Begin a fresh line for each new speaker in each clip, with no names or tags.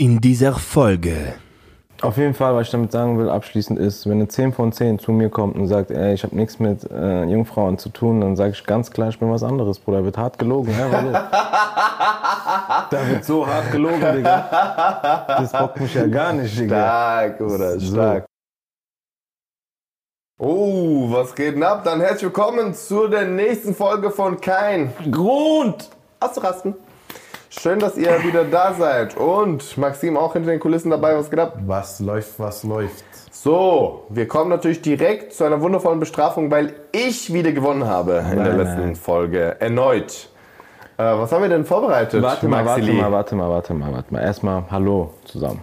In dieser Folge.
Auf jeden Fall, was ich damit sagen will, abschließend ist, wenn eine 10 von 10 zu mir kommt und sagt, ey, ich habe nichts mit äh, Jungfrauen zu tun, dann sage ich ganz klar, ich bin was anderes, Bruder. Wird hart gelogen, ja, was los? da wird so hart gelogen, Digga. Das bockt mich ja gar nicht, Digga.
Stark, Bruder, stark. Oh, was geht denn ab? Dann herzlich willkommen zu der nächsten Folge von Kein Grund auszurasten. Schön, dass ihr wieder da seid. Und Maxim auch hinter den Kulissen dabei. Was geht ab?
Was läuft, was läuft?
So, wir kommen natürlich direkt zu einer wundervollen Bestrafung, weil ich wieder gewonnen habe in der
Nein.
letzten Folge. Erneut. Äh, was haben wir denn vorbereitet?
Warte mal, warte
Maxili?
mal, warte mal, warte mal, warte mal. Erstmal Hallo zusammen.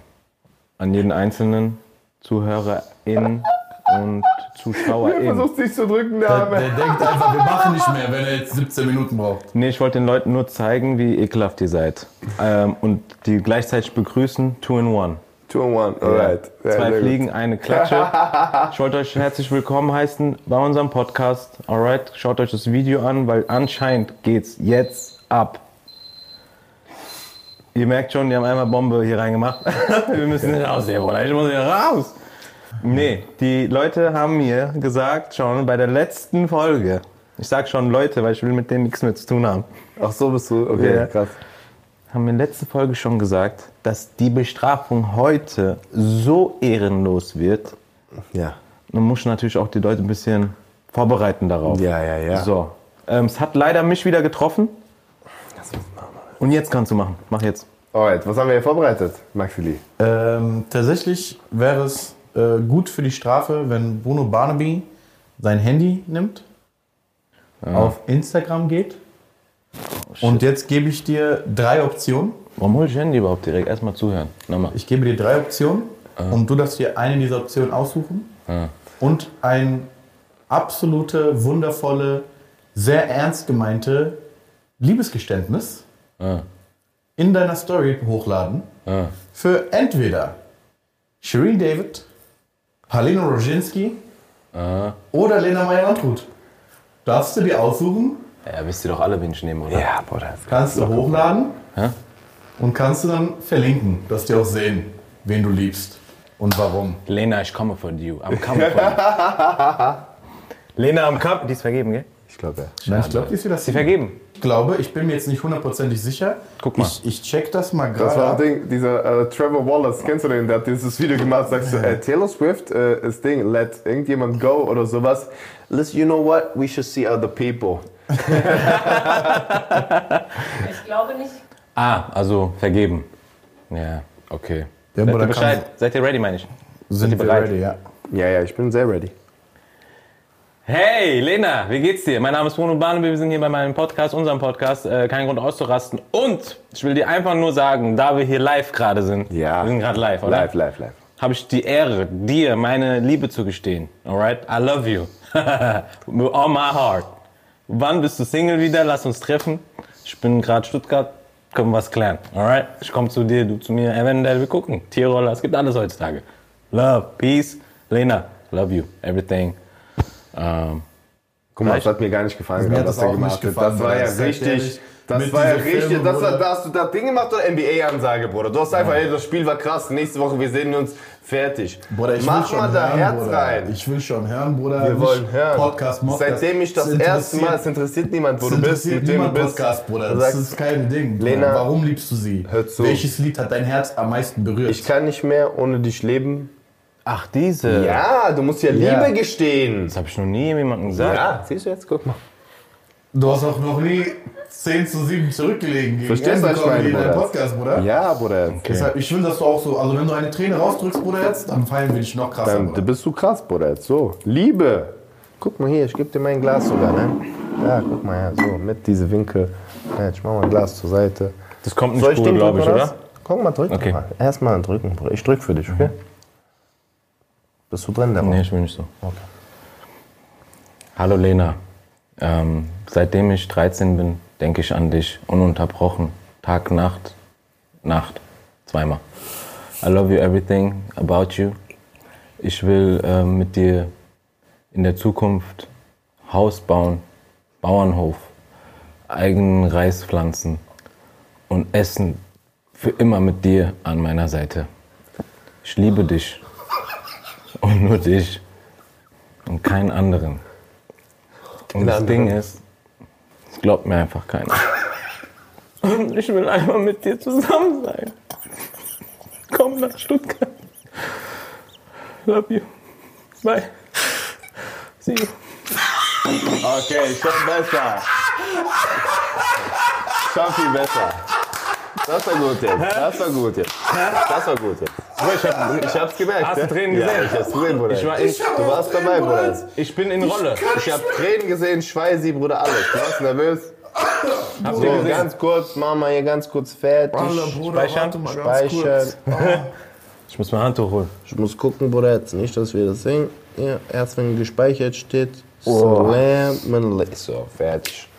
An jeden einzelnen ZuhörerInnen und ZuschauerInnen.
Versuchst dich zu drücken,
Äh,
der
Der,
Arme.
der denkt einfach, wir machen nicht mehr, wenn er jetzt 17 Minuten braucht.
Nee, ich wollte den Leuten nur zeigen, wie ekelhaft ihr seid. Ähm, und die gleichzeitig begrüßen, two in one.
Two and one, alright.
Zwei
Ja, sehr gut.
Fliegen, eine Klatsche. Ich wollte euch herzlich willkommen heißen bei unserem Podcast. Alright, schaut euch das Video an, weil anscheinend geht's jetzt ab. Ihr merkt schon, die haben einmal Bombe hier reingemacht. Wir müssen hier raus, hier, Bruder. Ich muss hier raus. Nee, die Leute haben mir gesagt schon bei der letzten Folge. Ich sag schon Leute, weil ich will mit denen nichts mehr zu tun haben.
Ach so bist du, okay,
Ja.
krass.
Haben wir in der letzten Folge schon gesagt, dass die Bestrafung heute so ehrenlos wird,
Ja.
man muss natürlich auch die Leute ein bisschen vorbereiten darauf.
Ja, ja, ja.
So. Ähm, es hat leider mich wieder getroffen. Und jetzt kannst du machen. Mach jetzt.
Alright, was haben wir hier vorbereitet, Maxili?
Ähm, tatsächlich wäre es äh, gut für die Strafe, wenn Bruno Barnaby sein Handy nimmt, auf Instagram geht. und jetzt gebe ich dir drei Optionen.
Warum hol ich Handy überhaupt direkt? Erstmal zuhören. Nochmal.
Ich gebe dir drei Optionen und du darfst dir eine dieser Optionen aussuchen. Und eine absolute, wundervolle, sehr ernst gemeinte Liebesgeständnis in deiner Story hochladen für entweder Shireen David, Paulina Roginski oder Lena Meyer-Landrut. Darfst du dir aussuchen,
Ja, wisst ihr doch alle, wen ich nehme, oder?
Ja, Bruder.
kannst du hochladen und kannst du dann verlinken, dass die auch sehen, wen du liebst und warum.
Lena, ich komme von you. I'm coming for you. Lena am Cup. Die ist vergeben, gell?
Ich glaube, ja.
Ich glaube, die ist wieder
Die vergeben.
Ich glaube, ich bin mir jetzt nicht hundertprozentig sicher.
Guck mal.
Ich, ich check das mal
Das
gerade.
war ein
ab.
Ding, dieser äh, Trevor Wallace, kennst du den? Der hat dieses Video gemacht, sagst du, äh, Taylor Swift äh, ist Ding, let irgendjemand go oder sowas. Listen, you know what? We should see other people.
Ich glaube nicht.
Ah, also vergeben. Ja, okay.
Ja,
Seid ihr
aber da kann-
Bescheid? Seid ihr ready, meine ich?
Sind wir
bereit?
ready, ja.
Ja, ja, ich bin sehr ready.
Hey Lena, wie geht's dir? Mein Name ist Bruno Barnaby, wir sind hier bei meinem Podcast, unserem Podcast, äh, kein Grund auszurasten. Und ich will dir einfach nur sagen, da wir hier live gerade sind,
Ja.
wir sind gerade live, oder?
Live, live, live.
Habe ich die Ehre, dir meine Liebe zu gestehen. Alright? I love you. With all my heart. Wann bist du Single wieder? Lass uns treffen. Ich bin gerade Stuttgart, können was klären. Alright? Ich komme zu dir, du zu mir, eventuell, wir gucken. Tierroller, es gibt alles heutzutage. Love, Peace, Lena, love you, everything. Ähm,
Guck mal, das hat mir gar nicht gefallen,
Mir hat
gerade,
das
was er
auch
gemacht
nicht
hat.
gefallen,
Das war
Bruder.
ja
Ich sag
richtig.
ehrlich,
Das
mit
war ja
diesen
richtig.
Filmen,
Das,
Bruder.
da hast du das Ding gemacht oder NBA-Ansage, Bruder. Du hast einfach, hey, das Spiel war krass. Nächste Woche, wir sehen uns. Fertig.
Bruder, ich will
Mach
schon
mal da
hören,
Herz
Bruder.
rein.
Ich will schon hören, Bruder.
Wir
Nicht
wollen hören.
Podcast, Modcast.
Seitdem ich das
Es
erste Mal, es
interessiert-
interessiert niemand, wo
es
du bist,
interessiert
mit wem du
niemand
bist.
Podcast, Bruder.
Du
Das
sagst,
ist kein Ding. Bruder.
Lena,
Warum liebst du sie?
hör zu.
Welches Lied hat dein Herz am meisten berührt?
ich kann nicht mehr ohne dich leben.
Ach, diese.
Ja, du musst ja
Ja.
Liebe gestehen.
Das habe ich noch nie jemandem gesagt.
Ja, siehst du jetzt, guck mal.
du hast auch noch nie 10 zu 7 zurückgelegen gegen
Verstehst du, was ich
Endcom
meine,
in deinem
Bruder?
Podcast, Bruder.
Ja, Bruder.
Deshalb, ich will, dass du auch so, also wenn du eine Träne rausdrückst, Bruder, jetzt, dann fallen wir dich noch krasser,
Dann
Bruder.
Ähm, bist du krass, Bruder. Jetzt so. Liebe. Guck mal hier, ich gebe dir mein Glas sogar, ne? Ja, guck mal her, so, mit diese Winkel. Ja, ich mach mal ein Glas zur Seite.
Das kommt nicht
Soll ich
cool,
den
glaube ich,
drücken,
oder?
oder Komm mal, drück
Okay. Mhm.
mal. Erstmal drücken. Ich drück für dich, okay? Bist du drin, der
Nee,
Mann?
ich will nicht so. Hallo Lena. Ähm, seitdem ich 13 bin, denke ich an dich ununterbrochen. Tag, Nacht, Nacht. Zweimal. I love you everything about you. Ich will ähm, mit dir in der Zukunft Haus bauen, Bauernhof, eigenen Reis pflanzen und essen für immer mit dir an meiner Seite. Ich liebe dich und nur dich und keinen anderen. Und das
anderen.
Ding ist, es glaubt mir einfach keiner. Und ich will einmal mit dir zusammen sein. Komm nach Stuttgart. Love you. Bye. See you.
Okay, schon besser. Schon viel besser. Das war gut jetzt. Das war gut jetzt. Das war gut jetzt. Ich, hab, ich hab's gemerkt.
Hast du
ne?
Tränen
ja,
gesehen?
Ich hab's gesehen, Bruder.
Ich war- ich-
du warst dabei, Bruder.
Ich bin in Rolle.
Ich hab Tränen gesehen, Schweißi, Bruder, alles. Du warst nervös.
Habt ihr
So,
gesehen?
ganz kurz, machen wir hier ganz kurz fertig.
Speichern?
mal
Speichern.
Ich muss mein Handtuch holen.
Ich muss gucken, Bruder, jetzt nicht, dass wir das sehen. Ja, erst wenn gespeichert steht, Slam, so, fertig.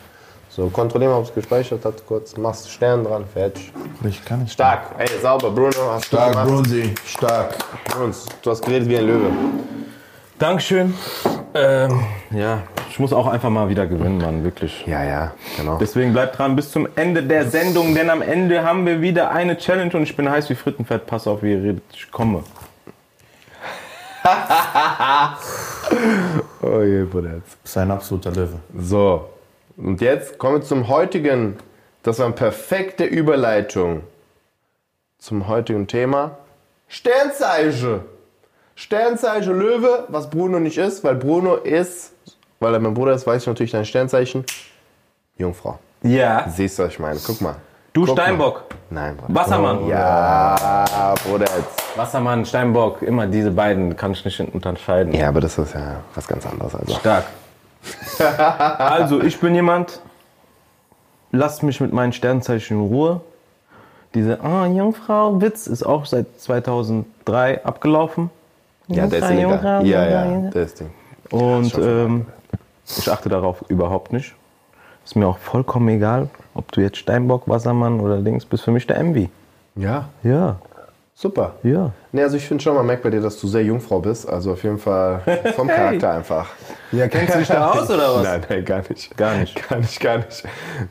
So, kontrollieren wir, ob es gespeichert hat, kurz. Machst Stern dran, fertig.
Ich kann nicht.
Stark, ey, sauber, Bruno, hast du
Stark,
gemacht.
Brunsi. Stark.
Bruns, du hast geredet wie ein Löwe.
Dankeschön. Ähm, ja, ich muss auch einfach mal wieder gewinnen, Mann, wirklich.
Ja, ja, genau.
Deswegen bleibt dran bis zum Ende der Sendung, denn am Ende haben wir wieder eine Challenge und ich bin heiß wie Frittenfett. Pass auf, wie ihr redet. Ich komme.
Oh je, Bruder.
Ist ein absoluter Löwe.
So, und jetzt kommen wir zum heutigen, das war eine perfekte Überleitung zum heutigen Thema Sternzeichen. Sternzeichen Löwe, was Bruno nicht ist, weil Bruno ist, weil er mein Bruder ist, weiß ich natürlich dein Sternzeichen. Jungfrau.
Ja.
Siehst du, was ich meine? Guck mal.
Du
Guck mal.
Steinbock.
Nein, Bruder.
Wassermann.
Ja, Bruder. jetzt-
Wassermann, Steinbock. Immer diese beiden kann ich nicht unterscheiden.
Ja, aber das ist ja was ganz anderes. Also.
Stark. Also, ich bin jemand, lasst mich mit meinen Sternzeichen in Ruhe. Diese ah, Jungfrau-Witz ist auch seit 2003 abgelaufen.
Ja, der ist illegal. Ja, ja, der ist Ding.
Und ähm, ich achte darauf überhaupt nicht. Ist mir auch vollkommen egal, ob du jetzt Steinbock, Wassermann oder Dings bist. Für mich der Envy.
Ja,
Ja,
super.
ja.
Ne, also ich finde schon, man merkt bei dir, dass du sehr Jungfrau bist. Also auf jeden Fall vom Charakter einfach.
Ja, kennst du dich da aus oder was?
Nein, nein, gar nicht.
Gar nicht.
Gar nicht, gar nicht.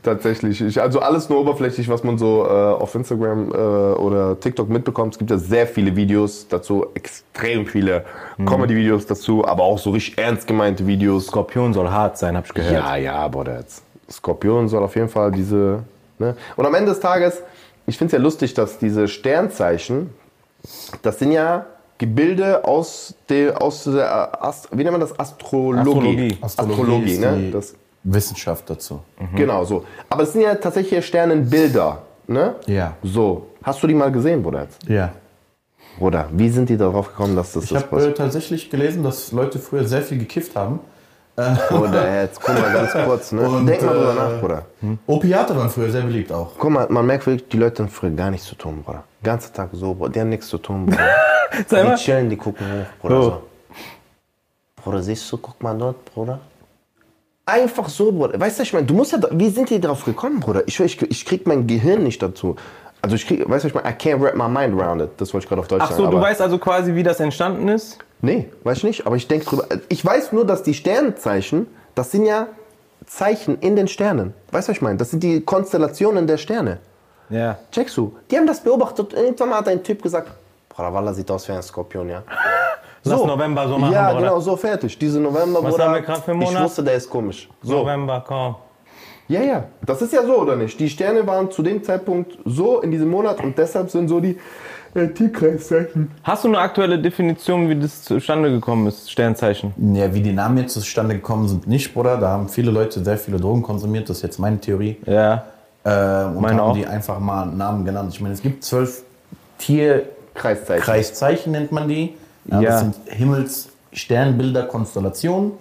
Tatsächlich. Ich, also alles nur oberflächlich, was man so äh, auf Instagram äh, oder TikTok mitbekommt. Es gibt ja sehr viele Videos dazu, extrem viele
Mhm.
Comedy-Videos dazu, aber auch so richtig ernst gemeinte Videos.
Skorpion soll hart sein, hab ich gehört.
Ja, ja, Bruder. Jetzt. Skorpion soll auf jeden Fall diese. Ne? Und am Ende des Tages, ich finde es ja lustig, dass diese Sternzeichen, das sind ja Gebilde aus der, aus der äh, Ast, wie nennt man das?
Astrologie.
Astrologie. Astrologie,
ist
ne?
die Mhm.
Das,
Wissenschaft dazu.
Genau so. Aber es sind ja tatsächlich Sternenbilder, ne?
Ja.
So. Hast du die mal gesehen, Bruder? jetzt?
Ja.
Bruder, wie sind die darauf gekommen, dass das
Ich
das
habe äh, tatsächlich gelesen, dass Leute früher sehr viel gekifft haben.
Bruder, jetzt guck mal ganz kurz, ne?
Und,
Denk mal drüber
äh,
nach, Bruder.
Opiate waren früher sehr beliebt auch.
Guck mal, man merkt wirklich, die Leute haben früher gar nichts zu tun, Bruder. Den ganzen Tag so, Bruder. Die haben nichts zu tun, Bruder. die
mal.
chillen, die gucken hoch, Bruder.
Oh.
So. Bruder, siehst du, guck mal dort, Bruder. Einfach so, Bruder. Weißt du, ich meine, du musst ja, da- wie sind die drauf gekommen, Bruder? Ich, schwör, ich, ich krieg mein Gehirn nicht dazu. Also ich krieg, weißt du, ich meine, I can't wrap my mind around it. Das wollte ich gerade auf Deutsch
Ach
sagen.
so, du
aber-
weißt also quasi, wie das entstanden ist?
Nee, weiß ich nicht, aber ich denke drüber. Ich weiß nur, dass die Sternzeichen, das sind ja Zeichen in den Sternen. Weißt du, was ich meine? Das sind die Konstellationen der Sterne.
Ja.
Checkst du? Die haben das beobachtet. Irgendwann mal hat ein Typ gesagt, Bruder Walla sieht aus wie ein Skorpion, ja.
Lass November so machen,
Ja,
Bruder.
genau, so fertig. Diese November,
Was
Bruder,
haben wir grad für einen
ich
Monat?
wusste, der ist komisch. So.
November, komm.
Ja, ja, das ist ja so, oder nicht? Die Sterne waren zu dem Zeitpunkt so in diesem Monat und deshalb sind so die äh, Tierkreiszeichen.
Hast du eine aktuelle Definition, wie das zustande gekommen ist, Sternzeichen?
Ja, wie die Namen jetzt zustande gekommen sind, nicht, Bruder. Da haben viele Leute sehr viele Drogen konsumiert. Das ist jetzt meine Theorie.
Ja.
Äh, und
Meine
haben
auch.
die einfach mal einen Namen genannt. Ich meine, es gibt zwölf Tierkreiszeichen,
Kreiszeichen.
nennt man die. Ja,
Ja.
Das sind Himmels-,
Mhm.
Sternbilder, Konstellationen,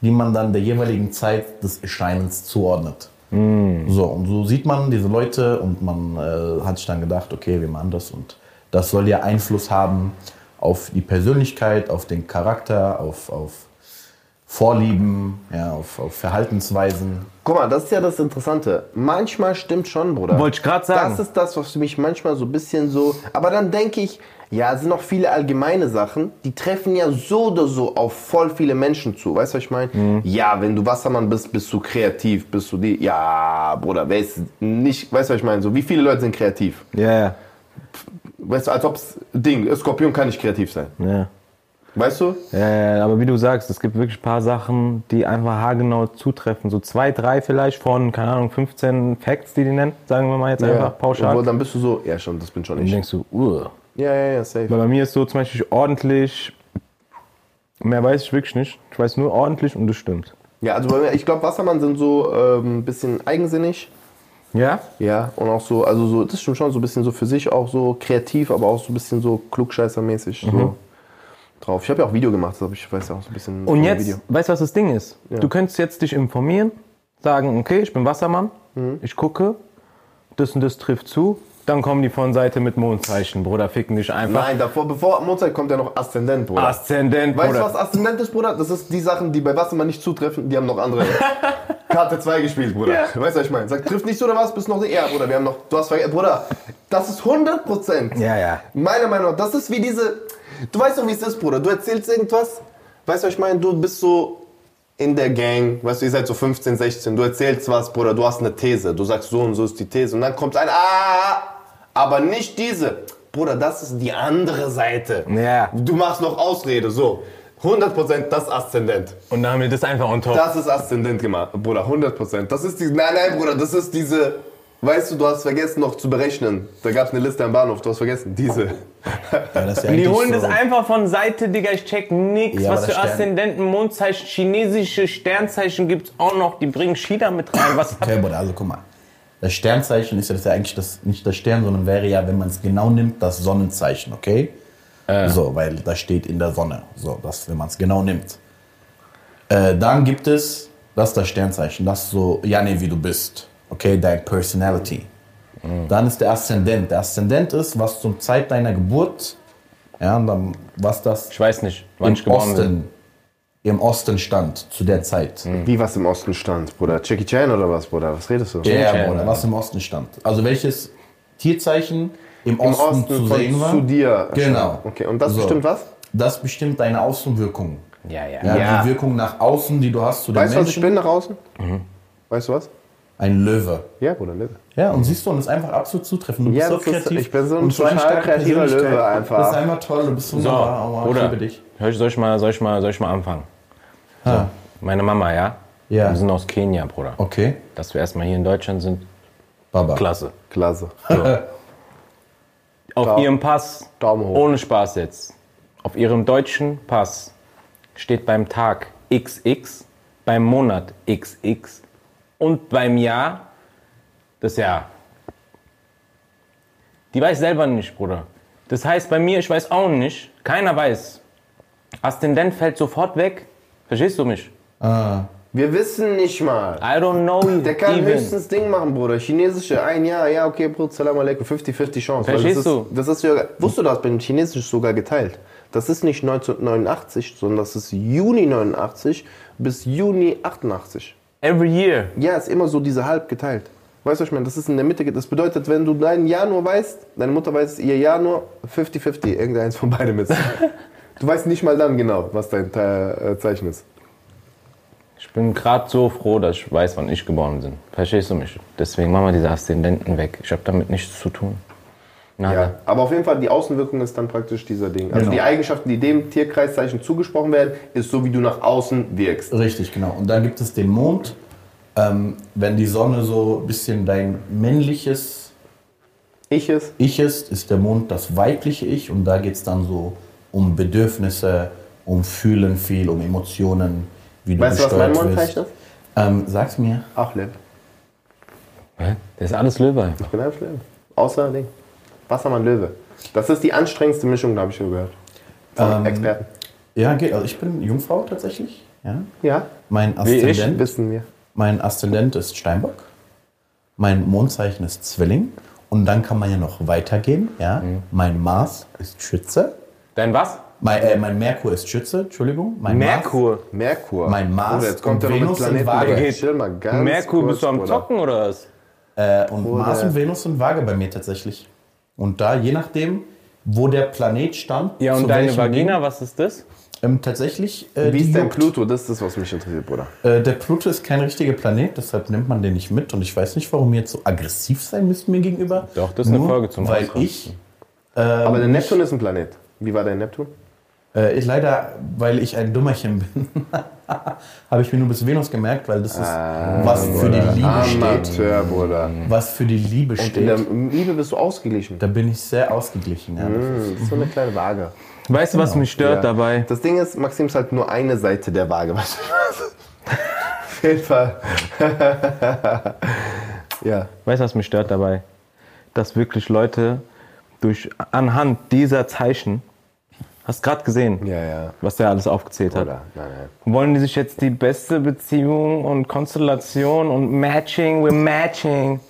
die man dann der jeweiligen Zeit des Erscheinens zuordnet.
Mhm.
So, und so sieht man diese Leute und man äh, hat sich dann gedacht, okay, wir machen das und das soll ja Einfluss haben auf die Persönlichkeit, auf den Charakter, auf, auf Vorlieben, ja, auf, auf Verhaltensweisen.
Guck mal, das ist ja das Interessante. Manchmal stimmt schon, Bruder.
Wollte ich grad sagen.
Das ist das, was für mich manchmal so ein bisschen so. Aber dann denke ich, ja, es sind noch viele allgemeine Sachen, die treffen ja so oder so auf voll viele Menschen zu. Weißt du, was ich meine?
Mhm.
Ja, wenn du Wassermann bist, bist du kreativ, bist du die. Ja, Bruder, wer ist nicht. Weißt du, was ich meine? So, wie viele Leute sind kreativ?
Ja, ja.
Weißt du, als ob's Ding, Skorpion kann nicht kreativ sein.
ja.
Weißt du?
Äh, aber wie du sagst, es gibt wirklich ein paar Sachen, die einfach haargenau zutreffen. So zwei, drei vielleicht von, keine Ahnung, 15 Facts, die die nennen, sagen wir mal jetzt einfach pauschal.
Obwohl,
Und
dann bist du so, ja, schon, das bin schon
dann
ich.
denkst du, uh.
Ja, ja, ja, safe.
Weil bei mir ist so zum Beispiel ordentlich, mehr weiß ich wirklich nicht. Ich weiß nur ordentlich und das stimmt.
Ja, also bei mir, ich glaube, Wassermann sind so ein ähm, bisschen eigensinnig.
Ja?
Ja, und auch so, also so, das stimmt schon, so ein bisschen so für sich auch so kreativ, aber auch so ein bisschen so klugscheißermäßig
Mhm.
so drauf. Ich habe ja auch Video gemacht, das hab ich weiß ja auch so ein bisschen.
Und
von
jetzt,
Video.
weißt du, was das Ding ist? Du könntest jetzt dich informieren, sagen, okay, ich bin Wassermann, ich gucke, das und das trifft zu. Dann kommen die von Seite mit Mondzeichen, Bruder, ficken dich einfach.
Nein, davor, bevor Mozart kommt ja noch Aszendent, Bruder.
Aszendent,
weißt du,
Bruder.
was Aszendent ist, Bruder? Das ist die Sachen, die bei Wassermann nicht zutreffen, die haben noch andere. Karte 2 gespielt, Bruder. Weißt du, was ich meine? Sagt, trifft nicht so oder was, bist noch eine R, Bruder. Wir haben noch, du hast vergessen, Bruder. Das ist 100 Prozent.
Ja, ja.
Meiner Meinung nach, das ist wie diese. Du weißt doch, wie es ist, Bruder. Du erzählst irgendwas. Weißt du, was ich meine? Du bist so in der Gang. Weißt du, ihr seid so 15, 16. Du erzählst was, Bruder. Du hast eine These. Du sagst so und so ist die These. Und dann kommt ein. Ah! Aber nicht diese. Bruder, das ist die andere Seite.
Ja.
Du machst noch Ausrede. So. 100% das Aszendent.
Und dann haben wir das einfach on top.
Das ist Aszendent gemacht, Bruder, 100%. Das ist die, nein, nein, Bruder, das ist diese, weißt du, du hast vergessen noch zu berechnen. Da gab es eine Liste am Bahnhof, du hast vergessen, diese.
Ja, das ist ja
Die
eigentlich
holen das
so-
einfach von Seite, Digga, ich check nix.
Ja,
was für
aber das Stern-
Aszendenten, Mondzeichen, chinesische Sternzeichen gibt's auch noch. Die bringen Shida mit rein. Was
Okay, Bruder, also guck mal. Das Sternzeichen ist ja, das ist ja eigentlich das, nicht das Stern, sondern wäre ja, wenn man es genau nimmt, das Sonnenzeichen, okay? So, weil das steht in der Sonne. So, das, wenn man es genau nimmt. Äh, dann gibt es, das ist das Sternzeichen, das ist so, ja, nee, wie du bist. Okay, dein Personality. Dann ist der Aszendent. Der Aszendent ist, was zum Zeit deiner Geburt, ja, und dann, was das
ich weiß nicht, wann
im
ich geboren bin.
Osten, im Osten stand, zu der Zeit.
Wie was im Osten stand, Bruder? Jackie Chan oder was, Bruder? Was redest du?
Ja,
Chan,
Bruder,
ja.
was im Osten stand. Also welches Tierzeichen
Im
im, Osten,
Osten
zu
von
sehen war.
zu dir.
Genau.
Okay, und das
So.
bestimmt was?
Das bestimmt deine Außenwirkung.
Ja, ja.
Ja,
Ja.
Die Wirkung nach außen, die du hast zu den
Weißt du, was ich
Menschen.
bin nach außen?
Mhm.
Weißt du was?
Ein Löwe.
Ja, Bruder, Löwe.
Ja, und siehst du, und das ist einfach absolut zutreffend. Du
Ja,
bist so
das ist-
kreativ.
ich bin so ein
und eine
total
starke
kreativer Löwe
Persönlichkeit.
einfach.
Du bist einfach toll, du bist
So,
wunderbar. Oh, ich
Bruder,
liebe dich.
soll ich, soll, ich mal, soll, ich mal, soll ich mal anfangen?
Ha.
Meine Mama, ja?
Ja. Oh.
Wir sind aus Kenia, Bruder.
Okay,
Dass wir erstmal hier in Deutschland sind,
Baba.
klasse.
Klasse.
Auf
Daumen-
ihrem Pass,
Daumen hoch.
ohne Spaß jetzt, auf ihrem deutschen Pass steht beim Tag XX, beim Monat XX und beim Jahr das Jahr. Die weiß selber nicht, Bruder. Das heißt, bei mir, ich weiß auch nicht, keiner weiß. Aszendent fällt sofort weg. Verstehst du mich?
Ah,
Wir wissen nicht mal.
I don't know
Der kann
even.
höchstens Ding machen, Bruder. Chinesische, ein Jahr, ja, okay, Bruder, Salam alaikum, 50-50 Chance. Weil
Verstehst
das
du?
Ist, das ist ja, wusstest du das, beim Chinesisch sogar geteilt. Das ist nicht 1989, sondern das ist Juni 89 bis Juni 88.
Every year.
Ja, ist immer so diese halb geteilt. Weißt du, was ich meine? Das ist in der Mitte. ge- Das bedeutet, wenn du dein Jahr nur weißt, deine Mutter weiß ihr Jahr nur 50-50, irgendeins von beidem ist. Du weißt nicht mal dann genau, was dein Te- äh, Zeichen ist.
Ich bin gerade so froh, dass ich weiß, wann ich geboren bin. Verstehst du mich? Deswegen machen wir diese Aszendenten weg. Ich habe damit nichts zu tun. Nada.
Ja, aber auf jeden Fall die Außenwirkung ist dann praktisch dieser Ding. Also
Genau.
die Eigenschaften, die dem Tierkreiszeichen zugesprochen werden, ist so, wie du nach außen wirkst.
Richtig, genau. Und dann gibt es den Mond. Ähm, wenn die Sonne so ein bisschen dein männliches
Ich es.
Ich ist, ist der Mond das weibliche Ich und da geht es dann so um Bedürfnisse, um Fühlen viel, um Emotionen, wie du
Weißt du, was mein
gesteuert
Mondzeichen
wirst.
ist?
Ähm, sag's mir.
Auch Löwe.
Hä? Das ist alles Löwe einfach.
Ich bin einfach Löwe. Außer Ding. Wassermann Löwe. Das ist die anstrengendste Mischung, da habe ich schon gehört. Von Experten.
Ja, geht. Also ich bin Jungfrau tatsächlich. Ja.
Ja,
Mein
ich?
Aszendent,
wissen wir.
mein Aszendent ist Steinbock. Mein Mondzeichen ist Zwilling. Und dann kann man ja noch weitergehen. Ja?
Mhm.
Mein Mars ist Schütze.
Dein was?
Mein, äh, mein Merkur ist Schütze, Entschuldigung. Mein
Merkur.
Merkur.
Mein Mars
Bruder, jetzt kommt
und
er noch mit
Venus in
Planeten.
Waage.
Bruder, Chill mal ganz
Merkur,
kurz,
bist du am
Bruder.
Zocken oder was?
Mars. Äh, und Mars und Venus sind Waage bei mir tatsächlich. Und da, je nachdem, wo der Planet stand,
Ja,
zu
und deine
welchem
Vagina,
Ding,
was ist das?
Ähm, tatsächlich. Äh,
Wie
die
ist dein
juckt.
Pluto? Das ist das, was mich interessiert, Bruder.
Äh, der Pluto ist kein richtiger Planet, deshalb nimmt man den nicht mit. Und ich weiß nicht, warum ihr jetzt so aggressiv sein müsst mir gegenüber.
Doch, das ist eine
Nur
Folge zum
Weil
Ausrasten.
ich, Ähm,
Aber der Neptun ist ein Planet. Wie war dein Neptun?
äh, ich leider, weil ich ein Dummerchen bin, habe ich mir nur bis Venus gemerkt, weil das ist,
Ah,
was für die Liebe steht.
Amateur, Bruder.
Was für die Liebe
In der
steht.
Liebe bist du ausgeglichen. Hm,
Da bin ich sehr ausgeglichen.
Mhm.
Ja.
Das ist so eine kleine Waage.
Weißt du, was mich stört
Ja.
dabei?
Das Ding ist, Maxim ist halt nur eine Seite der Waage. Weißt du was? Auf jeden Fall. ja.
Weißt du, was mich stört dabei? Dass wirklich Leute durch anhand dieser Zeichen, hast gerade gesehen,
Ja, ja.
was der alles aufgezählt hat.
Oder? Nein, nein.
Wollen die sich jetzt die beste Beziehung und Konstellation und Matching, we're matching.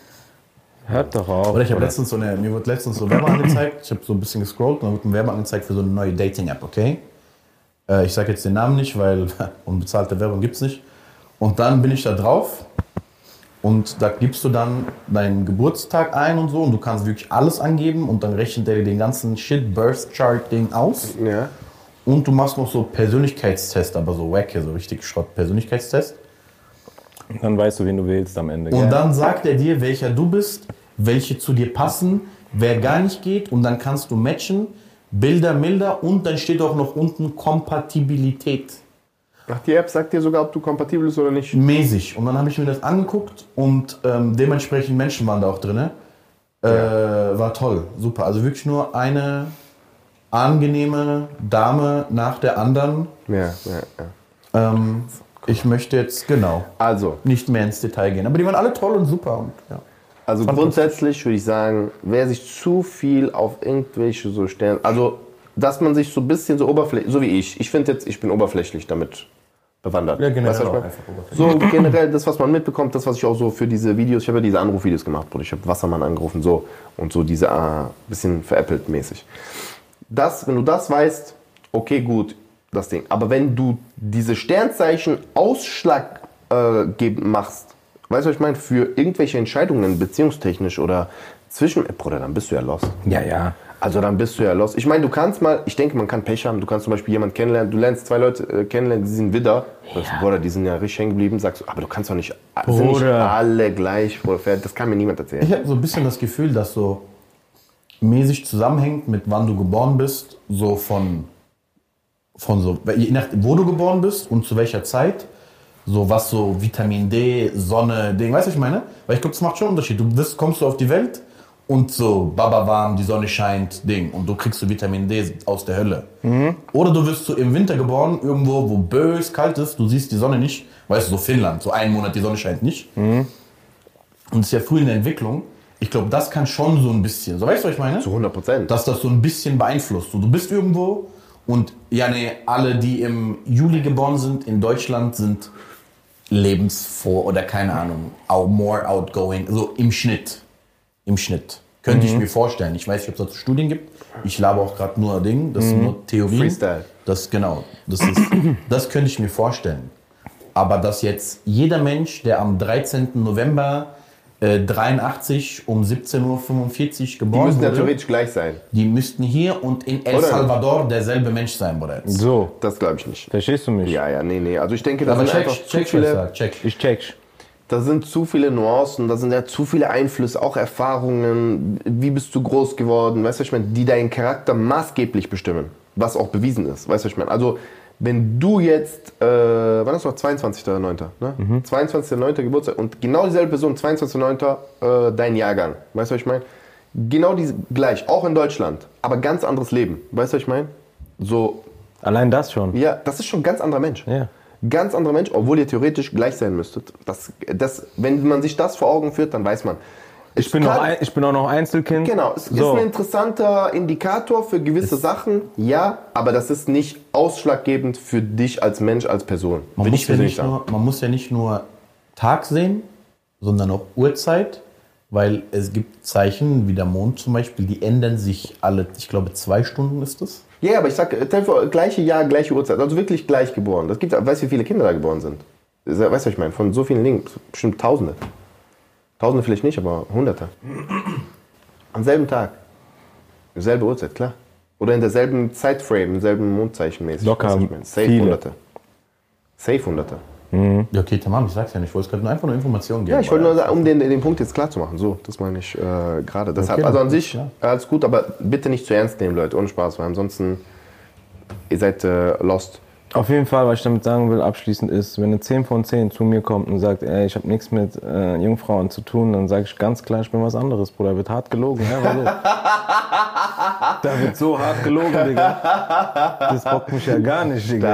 Hört doch auf.
Oder ich habe letztens so eine, mir wurde letztens so Werbung angezeigt. Ich habe so ein bisschen gescrollt und dann wurde mir Werbung angezeigt für so eine neue Dating-App, okay? Äh, ich sage jetzt den Namen nicht, weil unbezahlte Werbung gibt's nicht. Und dann bin ich da drauf und da gibst du dann deinen Geburtstag ein und so und du kannst wirklich alles angeben und dann rechnet der dir den ganzen Shit Birth Chart Ding aus.
Ja.
Und du machst noch so Persönlichkeitstest, aber so wack hier, so richtig Schrott Persönlichkeitstest.
Dann weißt du, wen du willst am Ende.
Und
gell?
dann sagt er dir, welcher du bist, welche zu dir passen, wer gar nicht geht und dann kannst du matchen, Bilder milder und dann steht auch noch unten Kompatibilität
Ach, die App sagt dir sogar, ob du kompatibel bist oder nicht.
mäßig. Und dann habe ich mir das angeguckt und ähm, dementsprechend Menschen waren da auch drin. Äh, War toll, super. Also wirklich nur eine angenehme Dame nach der anderen.
Ja, ja, ja.
Ähm, ich möchte jetzt genau
Also,
nicht mehr ins Detail gehen, aber die waren alle toll und super. Und, ja.
Also grundsätzlich würde ich sagen, wer sich zu viel auf irgendwelche so Stellen, also dass man sich so ein bisschen so oberflächlich, so wie ich, ich finde jetzt, ich bin oberflächlich damit bewandert.
Ja, genau,
Weißt du, was ich
einfach oberflächlich.
meine? so generell das, was man mitbekommt, das, was ich auch so für diese Videos, ich habe ja diese Anrufvideos gemacht, Bruder, ich habe Wassermann angerufen, so und so diese äh, bisschen veräppelt mäßig. Das, wenn du das weißt, okay, gut, das Ding. Aber wenn du diese Sternzeichen ausschlaggebend äh, geb- machst, weißt du, was ich meine, für irgendwelche Entscheidungen, beziehungstechnisch oder zwischen, äh, Bruder, dann bist du ja lost.
ja, ja.
Also dann bist du ja lost. Ich meine, du kannst mal, ich denke, man kann Pech haben. Du kannst zum Beispiel jemanden kennenlernen, du lernst zwei Leute äh, kennenlernen, die sind Widder. Sagst du, Bruder, die sind ja richtig hängen geblieben. Sagst du, aber du kannst doch nicht, äh, sind nicht
Bruder.
alle gleich, Bruder, fertig. das kann mir niemand erzählen.
Ich habe so ein bisschen das Gefühl, dass so mäßig zusammenhängt mit wann du geboren bist, so von, von so, je nach, wo du geboren bist und zu welcher Zeit, so was so Vitamin D, Sonne, Ding, weißt du, was ich meine? Weil ich glaube, das macht schon einen Unterschied. Du bist, kommst du auf die Welt und so, Baba warm, die Sonne scheint, Ding, und du kriegst so Vitamin D aus der Hölle. Oder du wirst so im Winter geboren, irgendwo, wo bös kalt ist, du siehst die Sonne nicht, weißt du, so Finnland, so einen Monat die Sonne scheint nicht und ist ja früh in der Entwicklung. Ich glaube, das kann schon so ein bisschen, so weißt du, was ich meine?
Zu 100 Prozent.
Dass das so ein bisschen beeinflusst. So, du bist irgendwo und ja, nee, alle, die im Juli geboren sind in Deutschland, sind lebensfroh oder keine Ahnung, out, more outgoing, so im Schnitt. Im Schnitt. Könnte
Mhm.
ich mir vorstellen. Ich weiß nicht, ob es dazu Studien gibt. Ich labe auch gerade nur Ding, das sind nur Theorien.
Mhm. Freestyle.
Das genau. Das, ist, das könnte ich mir vorstellen. Aber dass jetzt jeder Mensch, der am 13. November äh, 83 um 17.45 Uhr
Die
geboren
müssen ja
wurde,
theoretisch gleich sein.
die müssten hier und in El
Oder?
Salvador derselbe Mensch sein, Bruder. Jetzt.
So,
Das glaube ich nicht.
verstehst du mich?
Ja, ja, nee, nee. Also ich denke, das
Aber
sind
check,
einfach zu
check, was ich
viele,
sag, check.
Ich check's.
da sind zu viele Nuancen, da sind ja zu viele Einflüsse, auch Erfahrungen. Wie bist du groß geworden? Weißt du, was ich meine? Die deinen Charakter maßgeblich bestimmen, was auch bewiesen ist. Weißt du, was ich meine? Also, wenn du jetzt, äh, wann ist noch 22.09., ne? 22.09. Geburtstag und genau dieselbe Person, 22.09., äh, dein Jahrgang. Weißt du, was ich meine? Genau die, gleich, auch in Deutschland, aber ganz anderes Leben. Weißt du, was ich meine? So,
Allein das schon.
ja, das ist schon ein ganz anderer Mensch.
Ja.
Ganz anderer Mensch, obwohl ihr theoretisch gleich sein müsstet. Das, das, wenn man sich das vor Augen führt, dann weiß man.
Ich bin, auch, ein- ich bin auch noch Einzelkind.
Genau, es ist
so.
ein interessanter Indikator für gewisse Sachen, ja, aber das ist nicht ausschlaggebend für dich als Mensch, als Person.
Man
Will
muss, ja
persönlich
nicht nur, man muss ja nicht nur Tag sehen, sondern auch Uhrzeit, Weil es gibt Zeichen, wie der Mond zum Beispiel, die ändern sich alle, ich glaube, zwei Stunden ist es.
Ja, aber ich sag, äh, stell dir vor, gleiche Jahr, gleiche Uhrzeit, also wirklich gleich geboren. Das gibt, weißt du, wie viele Kinder da geboren sind? Weißt du, was ich meine? Von so vielen Linken, bestimmt Tausende. Tausende vielleicht nicht, aber Hunderte. Am selben Tag. Selbe Uhrzeit, klar. Oder in derselben Zeitframe, im selben Mondzeichen mäßig.
Locker
Weißt du, was ich meine? Safe
viele.
Hunderte. Safe Hunderte.
Ja, okay, tamam, ich sag's ja nicht. Ich wollte gerade nur einfach nur Informationen geben.
Ja, ich wollte nur
weil-
sagen, um den, den Punkt jetzt klar zu machen. So, das meine ich äh, gerade. Deshalb,
Okay,
also an
dann-
sich,
ja.
alles gut, aber bitte nicht zu ernst nehmen, Leute. Ohne Spaß, weil ansonsten, ihr seid äh, lost.
Auf jeden Fall, was ich damit sagen will, abschließend ist, wenn eine 10 von 10 zu mir kommt und sagt, ey, ich habe nichts mit äh, Jungfrauen zu tun, dann sage ich ganz klar, ich bin was anderes, Bruder. Wird hart gelogen, ja, war so. da wird so hart gelogen, Digga. Das bockt mich ja gar nicht, Digga.